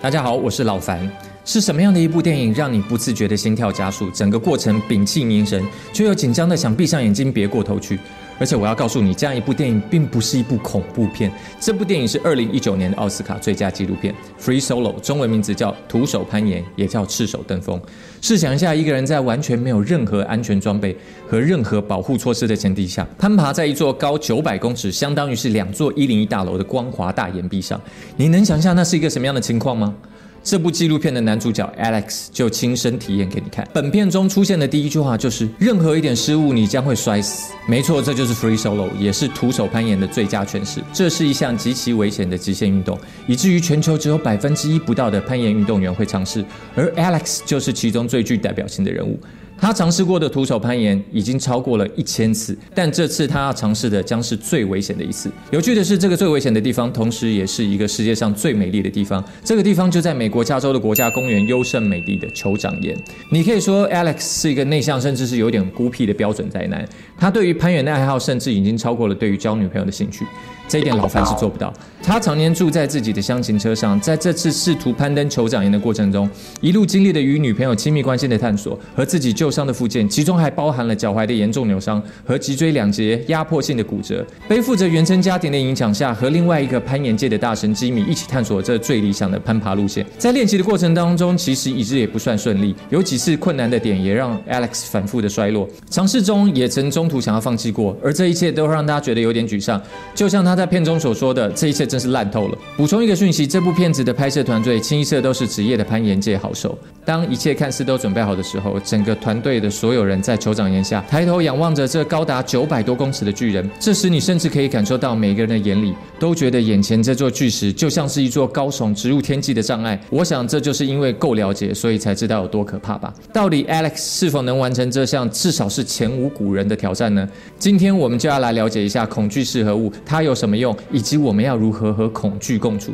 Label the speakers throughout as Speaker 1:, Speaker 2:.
Speaker 1: 大家好，我是老樊。是什么样的一部电影让你不自觉的心跳加速，整个过程屏气凝神，却又紧张的想闭上眼睛别过头去？而且我要告诉你，这样一部电影并不是一部恐怖片，这部电影是二零一九年的奥斯卡最佳纪录片《Free Solo》，中文名字叫《徒手攀岩》，也叫《赤手登峰》。试想一下，一个人在完全没有任何安全装备和任何保护措施的前提下，攀爬在一座高九百公尺，相当于是两座一零一大楼的光滑大岩壁上，你能想象那是一个什么样的情况吗？这部纪录片的男主角 Alex 就亲身体验给你看。本片中出现的第一句话就是：“任何一点失误，你将会摔死。”没错，这就是 free solo，也是徒手攀岩的最佳诠释。这是一项极其危险的极限运动，以至于全球只有百分之一不到的攀岩运动员会尝试，而 Alex 就是其中最具代表性的人物。他尝试过的徒手攀岩已经超过了一千次，但这次他要尝试的将是最危险的一次。有趣的是，这个最危险的地方，同时也是一个世界上最美丽的地方。这个地方就在美国加州的国家公园优胜美地的酋长岩。你可以说，Alex 是一个内向，甚至是有点孤僻的标准宅男。他对于攀岩的爱好，甚至已经超过了对于交女朋友的兴趣。这一点老樊是做不到。他常年住在自己的箱型车上，在这次试图攀登酋长岩的过程中，一路经历了与女朋友亲密关系的探索和自己旧伤的复健，其中还包含了脚踝的严重扭伤和脊椎两节压迫性的骨折。背负着原生家庭的影响下，和另外一个攀岩界的大神基米一起探索这最理想的攀爬路线。在练习的过程当中，其实一直也不算顺利，有几次困难的点也让 Alex 反复的衰落。尝试中也曾中途想要放弃过，而这一切都让他觉得有点沮丧。就像他在片中所说的，这一切真是烂透了。补充一个讯息，这部片子的拍摄团队清一色都是职业的攀岩界好手。当一切看似都准备好的时候，整个团队的所有人在酋长岩下抬头仰望着这高达九百多公尺的巨人。这时，你甚至可以感受到每个人的眼里都觉得眼前这座巨石就像是一座高耸直入天际的障碍。我想，这就是因为够了解，所以才知道有多可怕吧。到底 Alex 是否能完成这项至少是前无古人的挑战呢？今天我们就要来了解一下恐惧是何物，它有什么用，以及我们要如何和恐惧共处。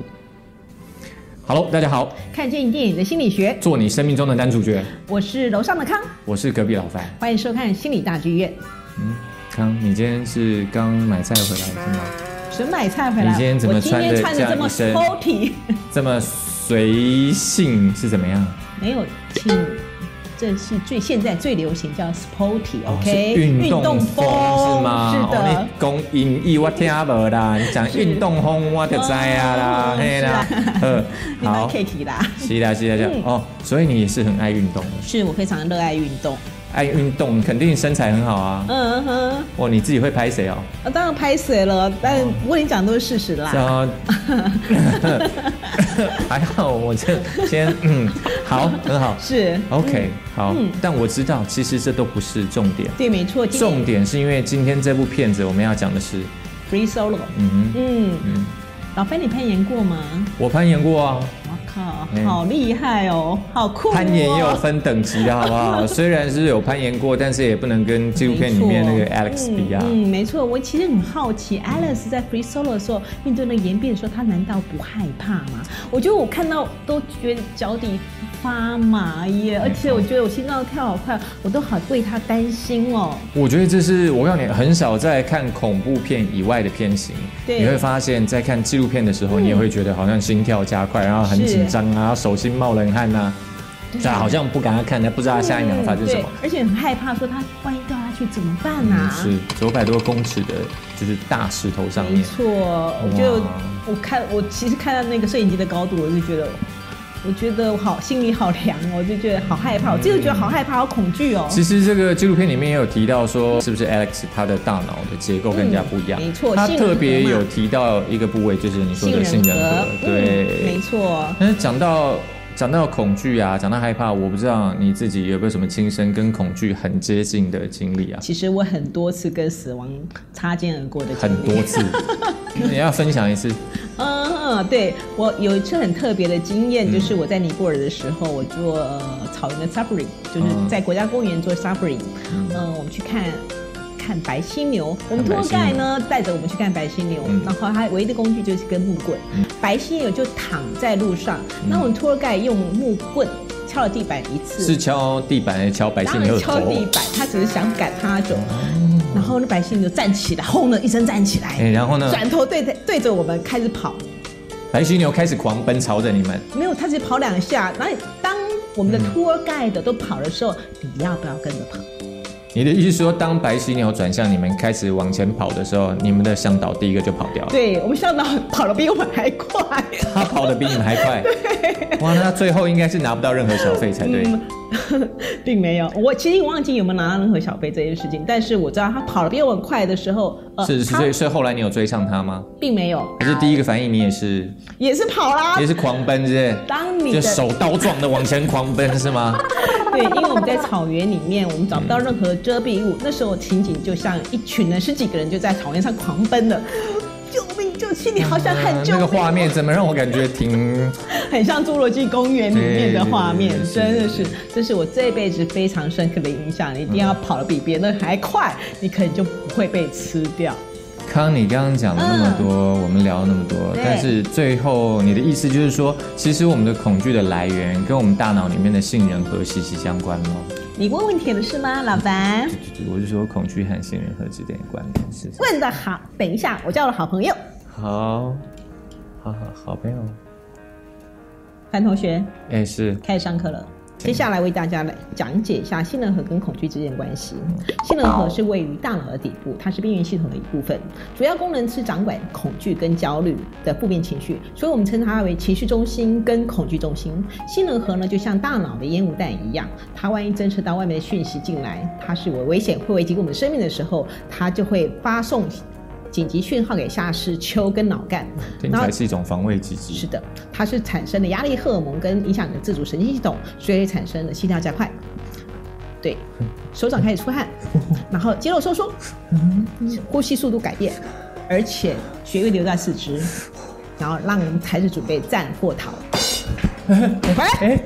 Speaker 1: Hello，大家好，
Speaker 2: 看见电影的心理学，
Speaker 1: 做你生命中的男主角，
Speaker 2: 我是楼上的康，
Speaker 1: 我是隔壁老樊。
Speaker 2: 欢迎收看心理大剧院。
Speaker 1: 康，你今天是刚买菜回来是吗？
Speaker 2: 谁买菜回来？
Speaker 1: 你今天怎么
Speaker 2: 我今天
Speaker 1: 穿
Speaker 2: 穿
Speaker 1: 得
Speaker 2: 的这么
Speaker 1: 这样一
Speaker 2: sporty？
Speaker 1: 这么随性是怎么样？
Speaker 2: 没有，请，这是最现在最流行叫 sporty，OK？、
Speaker 1: 哦是运动风是吗？
Speaker 2: 是的
Speaker 1: 哦，你讲音译我听无啦，你讲运动风我就知啊啦，
Speaker 2: 哦
Speaker 1: 嘿啦
Speaker 2: 是啊，
Speaker 1: 呃，
Speaker 2: 你买
Speaker 1: 好，
Speaker 2: Kitty 啦。
Speaker 1: 是啦是啦是啦
Speaker 2: 嗯，
Speaker 1: 哦，所以你也是很爱运动的，
Speaker 2: 是我非常热爱运动，
Speaker 1: 爱运动肯定身材很好啊。
Speaker 2: 嗯哼，
Speaker 1: 哦，你自己会拍谁哦？
Speaker 2: 我当然拍死了，但我跟你讲都是事实啦。
Speaker 1: 啊， 还好，我这先嗯，好，很好
Speaker 2: 是，
Speaker 1: ，OK，好
Speaker 2: 嗯。
Speaker 1: 但我知道，其实这都不是重点，
Speaker 2: 对，没错。今天
Speaker 1: 重点是因为今天这部片子我们要讲的是，
Speaker 2: free solo，
Speaker 1: 嗯哼，
Speaker 2: 嗯，
Speaker 1: 嗯
Speaker 2: 老飞你攀岩过吗？
Speaker 1: 我攀岩过啊，
Speaker 2: 我靠
Speaker 1: 嗯，
Speaker 2: 好厉害哦，好酷、哦！
Speaker 1: 攀岩也有分等级的好不 好？虽然是有攀岩过，但是也不能跟纪录片里面那个
Speaker 2: 没错
Speaker 1: Alex 比啊。
Speaker 2: 嗯，嗯没错，我其实很好奇，Alex 在 free solo 的时候面对那个岩壁的时候，他难道不害怕吗？我觉得我看到都觉得脚底发麻耶，而且我觉得我心脏跳好快，我都好为他担心哦。
Speaker 1: 我觉得这是我告诉你，很少在看恐怖片以外的片型，
Speaker 2: 对嗯
Speaker 1: 你会发现在看纪录片的时候，你也会觉得好像心跳加快，然后很
Speaker 2: 是
Speaker 1: 紧张啊，手心冒冷汗呐、啊，对啊，好像不敢看，不知道下一秒发生什么
Speaker 2: 嗯对。而且很害怕，说他万一掉下去怎么办
Speaker 1: 嗯
Speaker 2: 啊？
Speaker 1: 是九百多公尺的，就是大石头上
Speaker 2: 没
Speaker 1: 面。
Speaker 2: 错，我觉得我看我其实看到那个摄影机的高度，我就觉得，我觉得我好心里好凉哦，我就觉得好害怕，我真的觉得
Speaker 1: 嗯
Speaker 2: 好害怕，好恐惧哦。
Speaker 1: 其实这个纪录片里面也有提到说，是不是 Alex 他的大脑的结构跟人家不一样？
Speaker 2: 嗯没错
Speaker 1: 他
Speaker 2: 杏仁核
Speaker 1: 特别
Speaker 2: 嘛
Speaker 1: 有提到一个部位，就是你说的杏仁核，
Speaker 2: 嗯，
Speaker 1: 对
Speaker 2: 没。错。
Speaker 1: 但是讲到讲到恐惧啊，讲到害怕，我不知道你自己有没有什么亲身跟恐惧很接近的经历啊？
Speaker 2: 其实我很多次跟死亡擦肩而过的经
Speaker 1: 很
Speaker 2: 历，
Speaker 1: 多 次，你要分享一次
Speaker 2: 嗯嗯，对我有一次很特别的经验，
Speaker 1: 嗯
Speaker 2: 就是我在尼泊尔的时候，我做、呃、草原的 safari，就是
Speaker 1: 嗯
Speaker 2: 在国家公园做 safari，嗯、我们去看。看白犀牛，我们
Speaker 1: 看白
Speaker 2: 托
Speaker 1: 犀
Speaker 2: 盖
Speaker 1: 牛
Speaker 2: 呢带着我们去看白犀牛，
Speaker 1: 嗯
Speaker 2: 然后它唯一的工具就是一根木棍，白犀牛就躺在路上，
Speaker 1: 嗯
Speaker 2: 那我们托盖用木棍敲了地板一次，
Speaker 1: 是敲地板还是敲白
Speaker 2: 然
Speaker 1: 线
Speaker 2: 后
Speaker 1: 牛的
Speaker 2: 敲
Speaker 1: 头哦
Speaker 2: 地？板，他只是想赶他走。然后那百姓就站起来，轰的一声站起来，
Speaker 1: 哎然后呢
Speaker 2: 转头对着对着我们开始跑。
Speaker 1: 白犀牛开始狂奔，朝着你们。
Speaker 2: 没有，他只跑两下。然后当我们的 tour guide 都跑的时候，你要不要跟着跑？
Speaker 1: 嗯你的意思是说，当白犀牛转向你们，开始往前跑的时候，你们的向导第一个就跑掉了。
Speaker 2: 对我们向导跑得比我们还快。
Speaker 1: 他跑得比你们还快。哇，那最后应该是拿不到任何小费才 对。
Speaker 2: 并没有，我其实忘记有没有拿到任何小费这件事情，但是我知道他跑得比我们快的时候，呃，
Speaker 1: 是是，
Speaker 2: 他
Speaker 1: 所以所以后来你有追上他吗？
Speaker 2: 并没有，
Speaker 1: 还是第一个反应你也是
Speaker 2: 也是跑啦
Speaker 1: 也。是狂奔，是不是？
Speaker 2: 当你
Speaker 1: 就
Speaker 2: 的
Speaker 1: 手刀撞的往前狂奔是吗？
Speaker 2: 对，因为我们在草原里面，我们找不到任何遮蔽
Speaker 1: 嗯
Speaker 2: 物。那时候情景就像一群人，十几个人就在草原上狂奔 的，救命！救命！你 好想喊
Speaker 1: 嗯
Speaker 2: 救
Speaker 1: 那个
Speaker 2: 命！
Speaker 1: 画面怎么让我感觉挺……
Speaker 2: 很像《侏罗纪公园》里面的画面
Speaker 1: 对，
Speaker 2: 真的
Speaker 1: 是嗯
Speaker 2: 是，这是我这辈子非常深刻的影响。你一定要跑得比别人还快，你可能就不会被吃掉。
Speaker 1: 康，你刚刚讲了那么多，我们聊了那么多，
Speaker 2: 对
Speaker 1: 但是最后你的意思就是说，其实我们的恐惧的来源跟我们大脑里面的杏仁核息息相关吗？
Speaker 2: 你问问题的是吗，老樊？
Speaker 1: 对对对，我就说恐惧和杏仁核之间的关联是什么？
Speaker 2: 问的好，等一下，我叫了好朋友
Speaker 1: 好，好好好朋友，
Speaker 2: 樊同学，
Speaker 1: 哎是，
Speaker 2: 开始上课了。接下来为大家来讲解一下杏仁核跟恐惧之间的关系。杏仁核是位于大脑的底部，它是边缘系统的一部分，主要功能是掌管恐惧跟焦虑的负面情绪，所以我们称它为情绪中心跟恐惧中心。杏仁核呢，就像大脑的烟雾弹一样，它万一侦测到外面的讯息进来，它是有危险会危及我们生命的时候，它就会发送紧急讯号给下视丘跟脑干，
Speaker 1: 听起来是一种防卫机制
Speaker 2: 是。的，它是产生了压力荷尔蒙跟影响你的自主神经系统，所以产生了心跳加快，对，手掌开始出 汗，然后肌肉收缩，呼吸速度改变，而且血液流到四肢，然后让人开始准备战 或逃。哎
Speaker 1: 哎，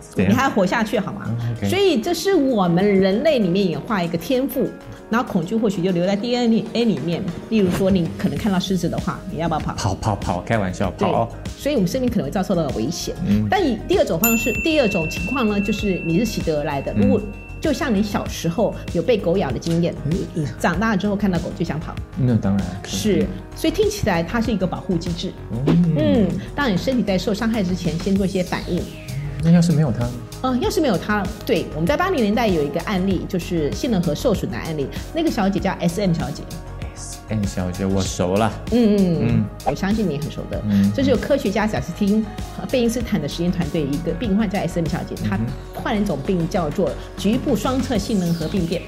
Speaker 1: 怎
Speaker 2: 你
Speaker 1: 样？
Speaker 2: 还要活下去好吗
Speaker 1: 嗯，OK
Speaker 2: 所以这是我们人类里面演化一个天赋。然后恐惧或许就留在 DNA 里面，例如说你可能看到狮子的话，你要不要跑？
Speaker 1: 跑跑跑，开玩笑，
Speaker 2: 对
Speaker 1: 跑。，哦
Speaker 2: 所以我们生命可能会遭受到危险。
Speaker 1: 嗯
Speaker 2: 但以第二种方式，第二种情况呢，就是你是习得而来的。如果就像你小时候有被狗咬的经验，长大之后看到狗就想跑，
Speaker 1: 那当然
Speaker 2: 是，所以听起来它是一个保护机制。
Speaker 1: 嗯，
Speaker 2: 嗯，当你身体在受伤害之前，先做一些反应。
Speaker 1: 那要是没有他，
Speaker 2: 呃，要是没有它，对，我们在八零年代有一个案例，就是杏仁核受损的案例，那个小姐叫 S M 小姐。
Speaker 1: 哎，小姐我熟了，
Speaker 2: 嗯嗯
Speaker 1: 嗯
Speaker 2: 嗯，我相信你很熟的。
Speaker 1: 嗯
Speaker 2: 这是有科学家贾斯汀和贝因斯坦的实验团队一个病患叫 S M 小姐，
Speaker 1: 嗯
Speaker 2: 她患了一种病叫做局部双侧性能核病变。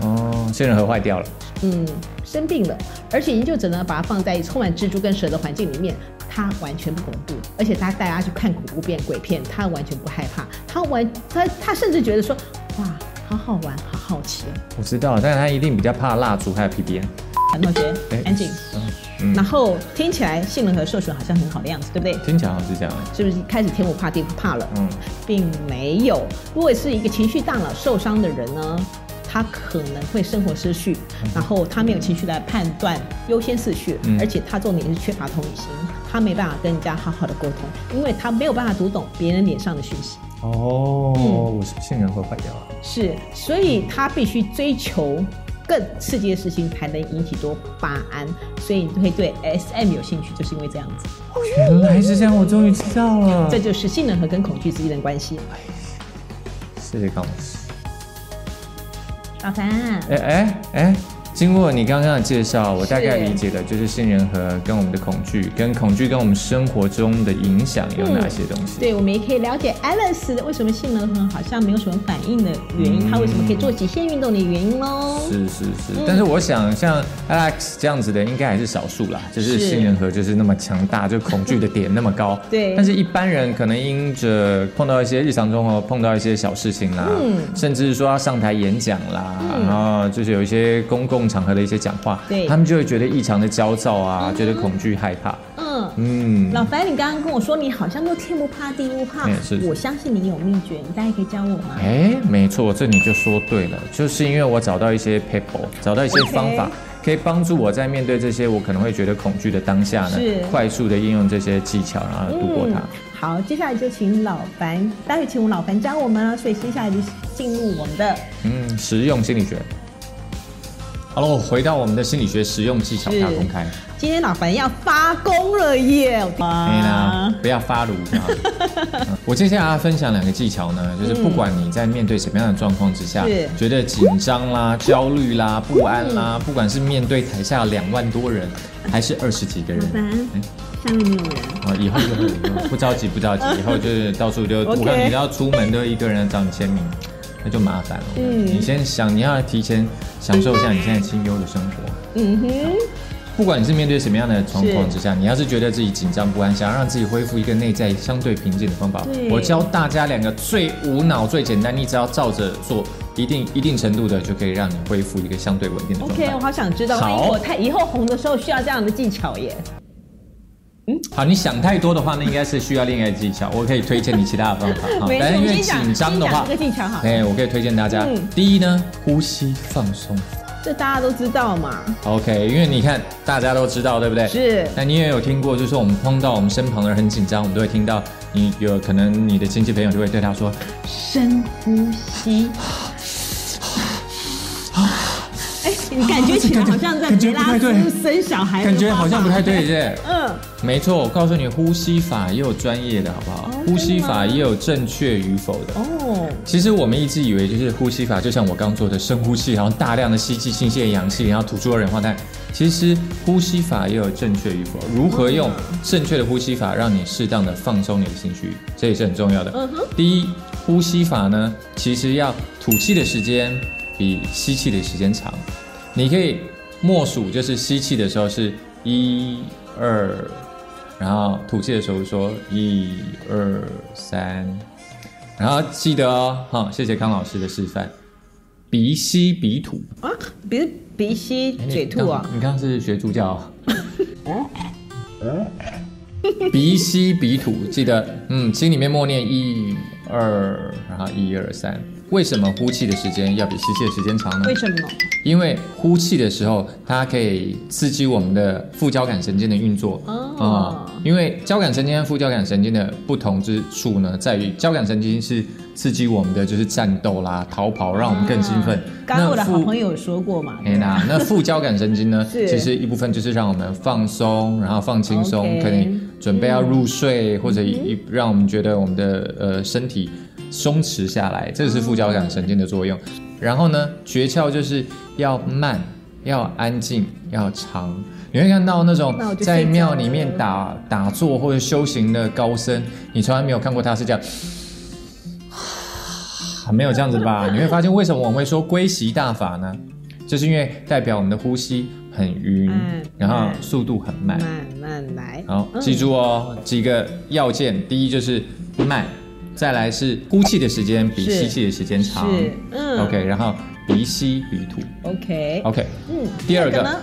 Speaker 1: 哦，杏仁核坏掉了，
Speaker 2: 嗯，生病了，而且研究者呢把它放在充满蜘蛛跟蛇的环境里面，她完全不恐怖，而且他带她去看恐怖片、鬼片，她完全不害怕，她完她她甚至觉得说，哇，好好玩，好好奇哦。
Speaker 1: 我知道，但是他一定比较怕蜡烛还有皮鞭。
Speaker 2: 樊同学
Speaker 1: 哎，
Speaker 2: 安静。
Speaker 1: 嗯
Speaker 2: 然后听起来杏仁核受损好像很好的样子，对不对？
Speaker 1: 听起来好像是这样。
Speaker 2: 是不是开始天不怕地不怕了？
Speaker 1: 嗯，
Speaker 2: 并没有。如果是一个情绪大脑受伤的人呢，他可能会生活失序，然后他没有情绪来判断优先次序，
Speaker 1: 嗯
Speaker 2: 而且他重点是缺乏同理心，他没办法跟人家好好的沟通，因为他没有办法读懂别人脸上的讯息。
Speaker 1: 哦，
Speaker 2: 嗯
Speaker 1: 我是杏仁核坏掉了。
Speaker 2: 是，所以他必须追求更刺激的事情，才能引起多巴胺。所以你会对 S M 有兴趣，就是因为这样子。
Speaker 1: 原来是这样，我终于知道了
Speaker 2: 这。就是性能和跟恐惧之间的关系。
Speaker 1: 谢谢康老师。
Speaker 2: 老樊，
Speaker 1: 哎哎哎，经过你刚刚的介绍，我大概
Speaker 2: 是
Speaker 1: 理解的就是杏仁核跟我们的恐惧，跟恐惧跟我们生活中的影响有哪些东西？
Speaker 2: 对，我们也可以了解 Alice 为什么性能很好像没有什么反应的原因，她为什么可以做极限运动的原因喽。
Speaker 1: 是是是，
Speaker 2: 嗯
Speaker 1: 但是我想像 Alex 这样子的应该还是少数啦，就是
Speaker 2: 是
Speaker 1: 杏仁核就是那么强大，就恐惧的点那么高。
Speaker 2: 对
Speaker 1: 但是一般人可能因着碰到一些日常中哦碰到一些小事情啦，
Speaker 2: 嗯
Speaker 1: 甚至说要上台演讲啦，
Speaker 2: 嗯
Speaker 1: 然后就是有一些公共场合的一些讲话，
Speaker 2: 对
Speaker 1: 他们就会觉得异常的焦躁啊，觉得恐惧害怕。
Speaker 2: 嗯，
Speaker 1: 嗯，
Speaker 2: 老樊，你刚刚跟我说你好像都天不怕地不怕
Speaker 1: 哎 是，
Speaker 2: 我相信你有秘诀，你大概可以教我吗？
Speaker 1: 哎，没错，这你就说对了，就是因为我找到一些 people，找到一些方法
Speaker 2: OK
Speaker 1: 可以帮助我在面对这些我可能会觉得恐惧的当下呢
Speaker 2: 是，
Speaker 1: 快速的应用这些技巧，然后度过它。
Speaker 2: 嗯好，接下来就请老樊，待会请我们老樊教我们了，所以接下来就进入我们的
Speaker 1: 嗯实用心理学。好了，我回到我们的心理学实用技巧
Speaker 2: 是
Speaker 1: 大公开。
Speaker 2: 今天老樊要发功了耶！
Speaker 1: 可以啦，，哎不要发炉 啊！嗯我接下来要分享两个技巧呢，就是不管你在面对什么样的状况之下，
Speaker 2: 嗯是嗯
Speaker 1: 觉得紧张啦、焦虑啦、不安啦，不管是面对台下两万多人，还是二十几个人
Speaker 2: 老，樊
Speaker 1: 哎
Speaker 2: 下面没有人，
Speaker 1: 啊，以后就会有 不着急，不着急，以后就是到处就，
Speaker 2: OK
Speaker 1: 我看你要出门都一个人找你签名，那就麻烦了。
Speaker 2: 嗯
Speaker 1: 你先想，你要提前享受一下你现在清幽的生活。
Speaker 2: 嗯哼，
Speaker 1: 不管你是面对什么样的状况
Speaker 2: 是
Speaker 1: 之下，你要是觉得自己紧张不安，想要让自己恢复一个内在相对平静的方法
Speaker 2: 对，
Speaker 1: 我教大家两个最无脑、最简单，你只要照着做，一定一定程度的就可以让你恢复一个相对稳定的状
Speaker 2: OK，
Speaker 1: 态
Speaker 2: 我。好想知道，
Speaker 1: 好
Speaker 2: 万一我太以后红的时候需要这样的技巧耶。
Speaker 1: 好，你想太多的话，那应该是需要恋爱技 巧，我可以推荐你其他的方法哈
Speaker 2: 没。事
Speaker 1: 但是因为
Speaker 2: 我先讲
Speaker 1: 紧张的话
Speaker 2: 先讲，这个技巧好了
Speaker 1: 哎，我可以推荐大家
Speaker 2: 嗯，
Speaker 1: 第一呢，呼吸放松。
Speaker 2: 这大家都知道嘛，
Speaker 1: OK，因为你看大家都知道，对不对？
Speaker 2: 是
Speaker 1: 那你也有听过，就是我们碰到我们身旁的人很紧张，我们都会听到你有可能你的亲戚朋友就会对他说
Speaker 2: 深呼吸。哎，你感觉起来好像在
Speaker 1: 感觉
Speaker 2: 梅拉
Speaker 1: 感觉不太对
Speaker 2: 斯生小：“孩，
Speaker 1: 感觉好像不太对，。对
Speaker 2: 嗯，”
Speaker 1: 没错，我告诉你，呼吸法也有专业的，好不好
Speaker 2: 哦？
Speaker 1: 呼吸法
Speaker 2: 真的吗
Speaker 1: 也有正确与否的。
Speaker 2: 哦，
Speaker 1: 其实我们一直以为就是呼吸法，就像我刚做的深呼吸，然后大量的吸气、新鲜氧气，然后吐出二氧化碳。其实呼吸法也有正确与否，如何用正确的呼吸法让你适当的放松你的情绪，这也是很重要的。
Speaker 2: 嗯哼
Speaker 1: 第一，呼吸法呢，其实要吐气的时间比吸气的时间长，你可以默数，就是吸气的时候是一二，然后吐气的时候说一二三，然后记得哦，好，谢谢康老师的示范，鼻吸鼻吐，
Speaker 2: 啊，比如鼻吸嘴吐啊
Speaker 1: 哎，你刚你刚刚是学助教哦、鼻吸鼻吐，记得，嗯，心里面默念一二，然后一二三。为什么呼气的时间要比吸气的时间长呢？
Speaker 2: 为什么？
Speaker 1: 因为呼气的时候，它可以刺激我们的副交感神经的运作
Speaker 2: 哦
Speaker 1: 嗯因为交感神经和副交感神经的不同之处呢，在于交感神经是刺激我们的就是战斗啦、逃跑，让我们更兴奋。
Speaker 2: 嗯刚刚我的
Speaker 1: 那
Speaker 2: 好
Speaker 1: 副
Speaker 2: 朋友有说过嘛，？
Speaker 1: 哎那那副交感神经呢
Speaker 2: 是
Speaker 1: 其实一部分就是让我们放松，然后放轻松
Speaker 2: OK 嗯
Speaker 1: 可能准备要入睡，或者一让我们觉得我们的呃身体松弛下来，这是副交感神经的作用。然后呢，诀窍就是要慢，要安静，要长。你会看到那种
Speaker 2: 那我就睡
Speaker 1: 在
Speaker 2: 着
Speaker 1: 庙里面
Speaker 2: 了
Speaker 1: 打打坐或者修行的高僧，你从来没有看过他是这样。啊没有这样子 吧？你会发现为什么我们会说归习大法呢？就是因为代表我们的呼吸很匀，
Speaker 2: 嗯
Speaker 1: 然后
Speaker 2: 慢
Speaker 1: 速度很慢。
Speaker 2: 慢嗯慢来。
Speaker 1: 好，记住哦，几个要件，第一就是慢，再来是呼气的时间比
Speaker 2: 是
Speaker 1: 吸气的时间长。
Speaker 2: 是嗯
Speaker 1: OK，然后鼻吸鼻吐。
Speaker 2: OK，
Speaker 1: OK，
Speaker 2: 嗯，
Speaker 1: 第二
Speaker 2: 这
Speaker 1: 个
Speaker 2: 呢？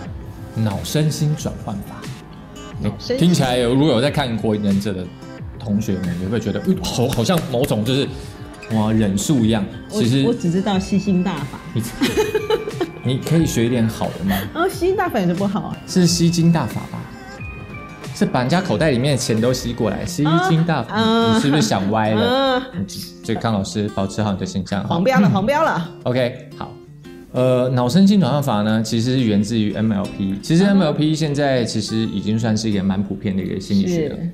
Speaker 1: 脑身心转换法。
Speaker 2: 身心
Speaker 1: 听起来有，如果有在看《火影忍者》的同学们，你会不会觉得，嗯好，好像某种就是哇忍术一样？
Speaker 2: 我
Speaker 1: 其实
Speaker 2: 我只知道吸星大法，
Speaker 1: 你 你可以学一点好的吗？
Speaker 2: 然后哦吸星大法有什么不好啊？
Speaker 1: 是吸金大法吧？是把人家口袋里面的钱都吸过来，吸金大法，
Speaker 2: 啊
Speaker 1: 你是不是想歪了？
Speaker 2: 嗯，
Speaker 1: 所以康老师保持好你的形象哈
Speaker 2: 黄。标了，黄标了。
Speaker 1: OK，好。呃，脑神经转换法呢，其实是源自于 MLP。其
Speaker 2: 啊
Speaker 1: 实 MLP 现在其实已经算是一个蛮普遍的一个心理学了
Speaker 2: 是。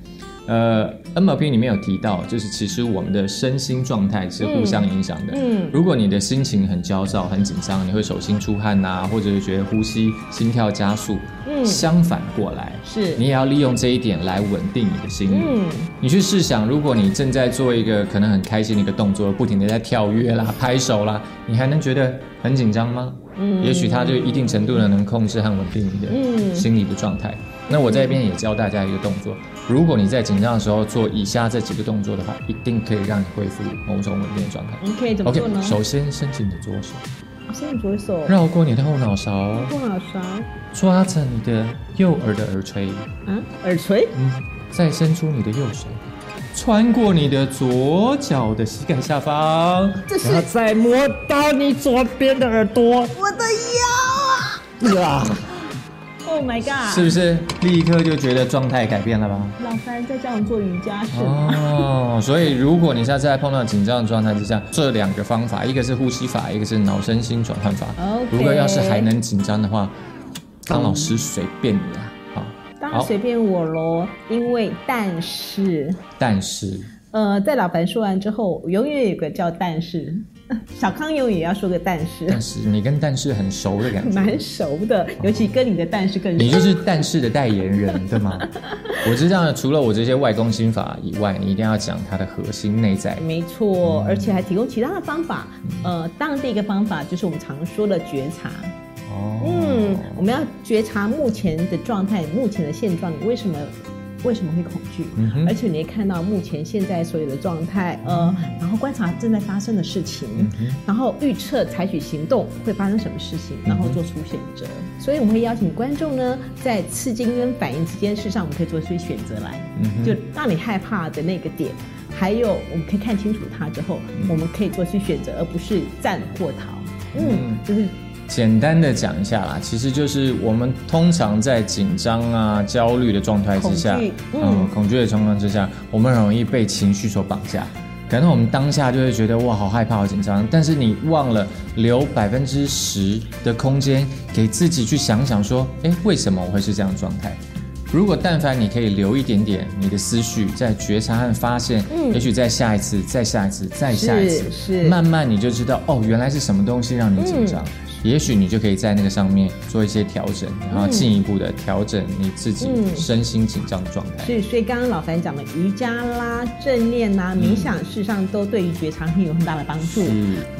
Speaker 1: 呃，MLP 里面有提到，就是其实我们的身心状态是互相影响的。
Speaker 2: 嗯嗯
Speaker 1: 如果你的心情很焦躁、很紧张，你会手心出汗呐、或者是觉得呼吸、心跳加速。
Speaker 2: 嗯
Speaker 1: 相反过来，
Speaker 2: 是
Speaker 1: 你也要利用这一点来稳定你的心率。
Speaker 2: 嗯
Speaker 1: 你去试想，如果你正在做一个可能很开心的一个动作，不停的在跳跃啦、拍手啦，你还能觉得很紧张吗？
Speaker 2: 嗯
Speaker 1: 也许它就一定程度的能控制和稳定你
Speaker 2: 嗯
Speaker 1: 的心理的状态。那我在这边也教大家一个动作，如果你在紧张的时候做以下这几个动作的话，一定可以让你恢复某种稳定的状态。
Speaker 2: OK，怎么
Speaker 1: OK，
Speaker 2: 做呢？
Speaker 1: 首先伸直你的左手，
Speaker 2: 我伸左手，
Speaker 1: 绕过你的后脑勺，
Speaker 2: 后脑勺，
Speaker 1: 抓着你的右耳的耳垂，
Speaker 2: 啊，耳垂，
Speaker 1: 嗯，再伸出你的右手，穿过你的左脚的膝盖下方，
Speaker 2: 这是
Speaker 1: 然后再摸到你左边的耳朵，
Speaker 2: 我的腰啊
Speaker 1: 啊，
Speaker 2: ！Oh my god！
Speaker 1: 是不是立刻就觉得状态改变了吧？
Speaker 2: 老樊在教我做瑜伽是吗？
Speaker 1: 哦，所以如果你下次在碰到紧张的状态之下，这两个方法，一个是呼吸法，一个是脑身心转换法。
Speaker 2: OK
Speaker 1: 如果要是还能紧张的话，当老师随便你啊，好，
Speaker 2: 当然随便我喽，因为但是，
Speaker 1: 但是
Speaker 2: 呃，在老白说完之后，永远有个叫但是，小康永远要说个但是，
Speaker 1: 但是你跟但是很熟的感觉，
Speaker 2: 蛮熟的，尤其跟你的但是更熟。
Speaker 1: 你就是但是的代言人，对吗？我知道，除了我这些外功心法以外，你一定要讲它的核心内在。
Speaker 2: 没错，而且还提供其他的方法。呃，当然第一个方法就是我们常说的觉察。
Speaker 1: 哦，
Speaker 2: 嗯，我们要觉察目前的状态，目前的现状，你为什么为什么会恐惧？
Speaker 1: 嗯哼
Speaker 2: 而且你也看到目前现在所有的状态，呃，然后观察正在发生的事情，
Speaker 1: 嗯哼嗯
Speaker 2: 然后预测采取行动会发生什么事情，然后做出选择。所以我们会邀请观众呢，在刺激跟反应之间，事实上我们可以做出选择来，
Speaker 1: 嗯哼
Speaker 2: 就让你害怕的那个点。还有，我们可以看清楚它之后，我们可以做出选择，而不是战或逃。嗯
Speaker 1: 嗯，
Speaker 2: 就是
Speaker 1: 简单的讲一下啦，其实就是我们通常在紧张啊、焦虑的状态之下，呃
Speaker 2: 恐惧嗯
Speaker 1: 恐惧的情况之下，我们很容易被情绪所绑架。可能我们当下就会觉得哇，好害怕，好紧张，但是你忘了留百分之十的空间给自己去想想说，诶，为什么我会是这样的状态？如果但凡你可以留一点点你的思绪在觉察和发现，
Speaker 2: 嗯
Speaker 1: 也许在下一次、再下一次、再下一次，
Speaker 2: 是是
Speaker 1: 慢慢你就知道哦，原来是什么东西让你紧
Speaker 2: 嗯
Speaker 1: 张。也许你就可以在那个上面做一些调整，然后进一步的调整你自己
Speaker 2: 嗯
Speaker 1: 身心紧张的状态。
Speaker 2: 是，所以刚刚老樊讲的瑜伽啦、正念啦、冥想，事实上都对于觉察很有很大的帮助。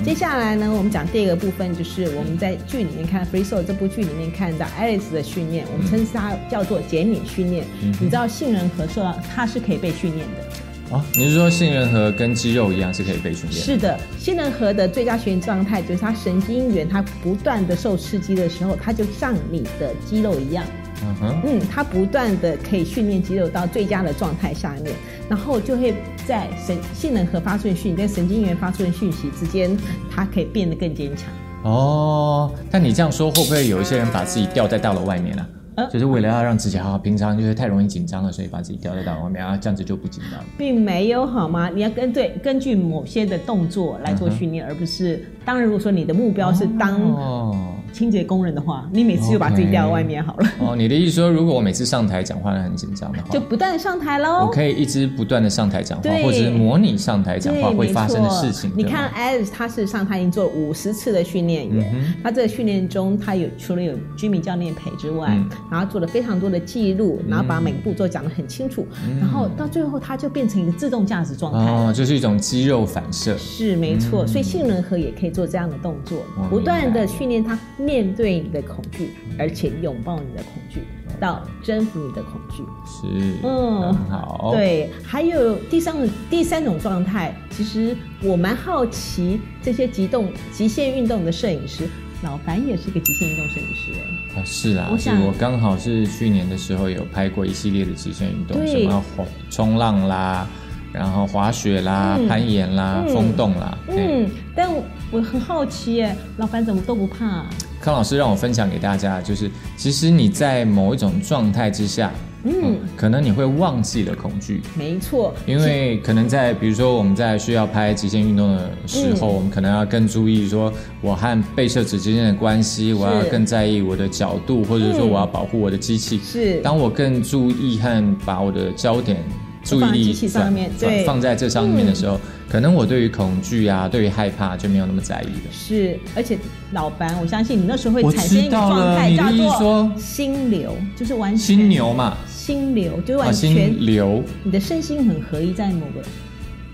Speaker 2: 接下来呢，我们讲第二个部分，就是我们在剧里面看《Free Soul》这部剧里面看到 Alice 的训练，我们称之它叫做减免训练。你知道杏仁核受到它是可以被训练的，
Speaker 1: 哦，你是说杏仁核跟肌肉一样是可以被训练？
Speaker 2: 是的，杏仁核的最佳学习状态就是它神经元它不断的受刺激的时候，它就像你的肌肉一样。
Speaker 1: 嗯哼，
Speaker 2: 嗯，它不断的可以训练肌肉到最佳的状态下面，然后就会在神性能核发出的讯息跟神经元发出的讯息之间，它可以变得更坚强。
Speaker 1: 哦，但你这样说会不会有一些人把自己吊在大楼外面啊？
Speaker 2: 呃
Speaker 1: 就是为了要让自己好好，平常就是太容易紧张了，所以把自己吊在大楼外面，啊，这样子就不紧张了。
Speaker 2: 并没有好吗？你要跟对根据某些的动作来做训练，而不是当然，如果说你的目标是当
Speaker 1: 哦
Speaker 2: 清洁工人的话，你每次就把自己吊到外面好了，
Speaker 1: 哦，你的意思说，如果我每次上台讲话很紧张的话，
Speaker 2: 就不断地上台喽。
Speaker 1: 我可以一直不断的上台讲话，
Speaker 2: 哦对
Speaker 1: 或者是模拟上台讲话
Speaker 2: 对
Speaker 1: 会发生的
Speaker 2: 没错
Speaker 1: 事情。
Speaker 2: 你
Speaker 1: 对吗
Speaker 2: 看，Alice，她事实上她已经做五十次的训练员，
Speaker 1: 嗯
Speaker 2: 她这个训练中，她有除了有居民教练陪之外，
Speaker 1: 嗯
Speaker 2: 然后做了非常多的记录，然后把每个步骤讲得很清楚，然后到最后她就变成一个自动驾驶状态。
Speaker 1: 嗯哦，就是一种肌肉反射。
Speaker 2: 是没错，所以杏仁核也可以做这样的动作
Speaker 1: 我明白，
Speaker 2: 不断的训练它面对你的恐惧，而且拥抱你的恐惧，到征服你的恐惧。
Speaker 1: 是，
Speaker 2: 嗯
Speaker 1: 很好。，
Speaker 2: 对，还有第三个第三种状态，其实我蛮好奇这些极动极限运动的摄影师，老樊也是个极限运动摄影师哎，
Speaker 1: 啊是啊，
Speaker 2: 我
Speaker 1: 是
Speaker 2: 想
Speaker 1: 我刚好是去年的时候有拍过一系列的极限运动，
Speaker 2: 对
Speaker 1: 什么滑冲浪啦，然后滑雪啦、
Speaker 2: 嗯
Speaker 1: 攀岩啦、
Speaker 2: 嗯
Speaker 1: 风洞啦。嗯，
Speaker 2: 嗯，但我我很好奇哎，老樊怎么都不怕、
Speaker 1: 康老师让我分享给大家，就是其实你在某一种状态之下，
Speaker 2: 嗯，
Speaker 1: 可能你会忘记了恐惧，
Speaker 2: 没错，
Speaker 1: 因为可能在比如说我们在需要拍极限运动的时候，
Speaker 2: 嗯
Speaker 1: 我们可能要更注意说我和被摄者之间的关系，我要更在意我的角度，或者说
Speaker 2: 嗯
Speaker 1: 我要保护我的机器。
Speaker 2: 是
Speaker 1: 当我更注意和把我的焦点。注意
Speaker 2: 放在
Speaker 1: 力
Speaker 2: 机器上面
Speaker 1: 转
Speaker 2: 对嗯
Speaker 1: 放在这上面的时候，可能我对于恐惧啊，对于害怕就没有那么在意了。
Speaker 2: 是，而且老樊，我相信你那时候会
Speaker 1: 我
Speaker 2: 产生一
Speaker 1: 知
Speaker 2: 个
Speaker 1: 道
Speaker 2: 状
Speaker 1: 了
Speaker 2: 态
Speaker 1: 你的
Speaker 2: 叫
Speaker 1: 意思
Speaker 2: 做
Speaker 1: 说
Speaker 2: 心流，就是完全
Speaker 1: 心流嘛，
Speaker 2: 心流，就是
Speaker 1: 啊，
Speaker 2: 完全
Speaker 1: 心流
Speaker 2: 你的身心很合一在某个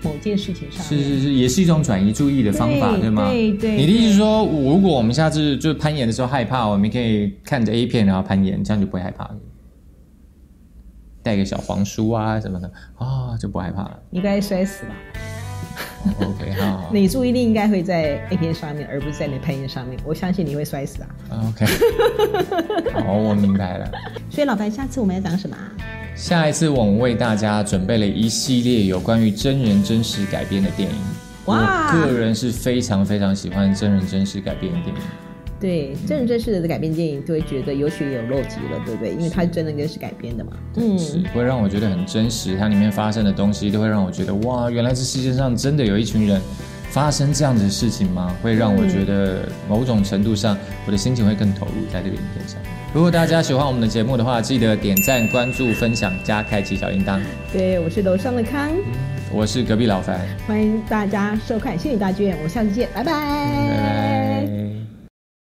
Speaker 2: 某件事情上
Speaker 1: 是
Speaker 2: 面。
Speaker 1: 是是，也是一种转移注意的方法，
Speaker 2: 对
Speaker 1: 对吗？
Speaker 2: 对对
Speaker 1: 你的意
Speaker 2: 对
Speaker 1: 思说，我如果我们下次就是攀岩的时候害怕，我们可以看着 A 片然后攀岩，这样就不会害怕了。带一个小黄书啊什么的啊、就不害怕了。
Speaker 2: 应该摔死吧？
Speaker 1: 哦 OK，好好好
Speaker 2: 你注意力应该会在 A 片上面，而不是在你攀岩上面。我相信你会摔死啊！
Speaker 1: 啊，OK，好， 我明白了。
Speaker 2: 所以老樊，下次我们要讲什么啊？
Speaker 1: 下一次我们为大家准备了一系列有关于真人真事改编的电影。
Speaker 2: 哇
Speaker 1: 我个人是非常非常喜欢真人真事改编的电影。
Speaker 2: 对，真人真事的改编电影，就会觉得有血有肉级了，对不对？因为它是真人真事改编的嘛。嗯，
Speaker 1: 是会让我觉得很真实，它里面发生的东西都会让我觉得哇，原来这世界上真的有一群人，发生这样子的事情吗？会让我
Speaker 2: 嗯
Speaker 1: 觉得某种程度上，我的心情会更投入在这个影片上。如果大家喜欢我们的节目的话，记得点赞、关注、分享加开启小铃铛。
Speaker 2: 对，我是楼上的康，
Speaker 1: 我是隔壁老樊，
Speaker 2: 欢迎大家收看《心理大剧院》，我们下次见，拜拜
Speaker 1: 拜拜。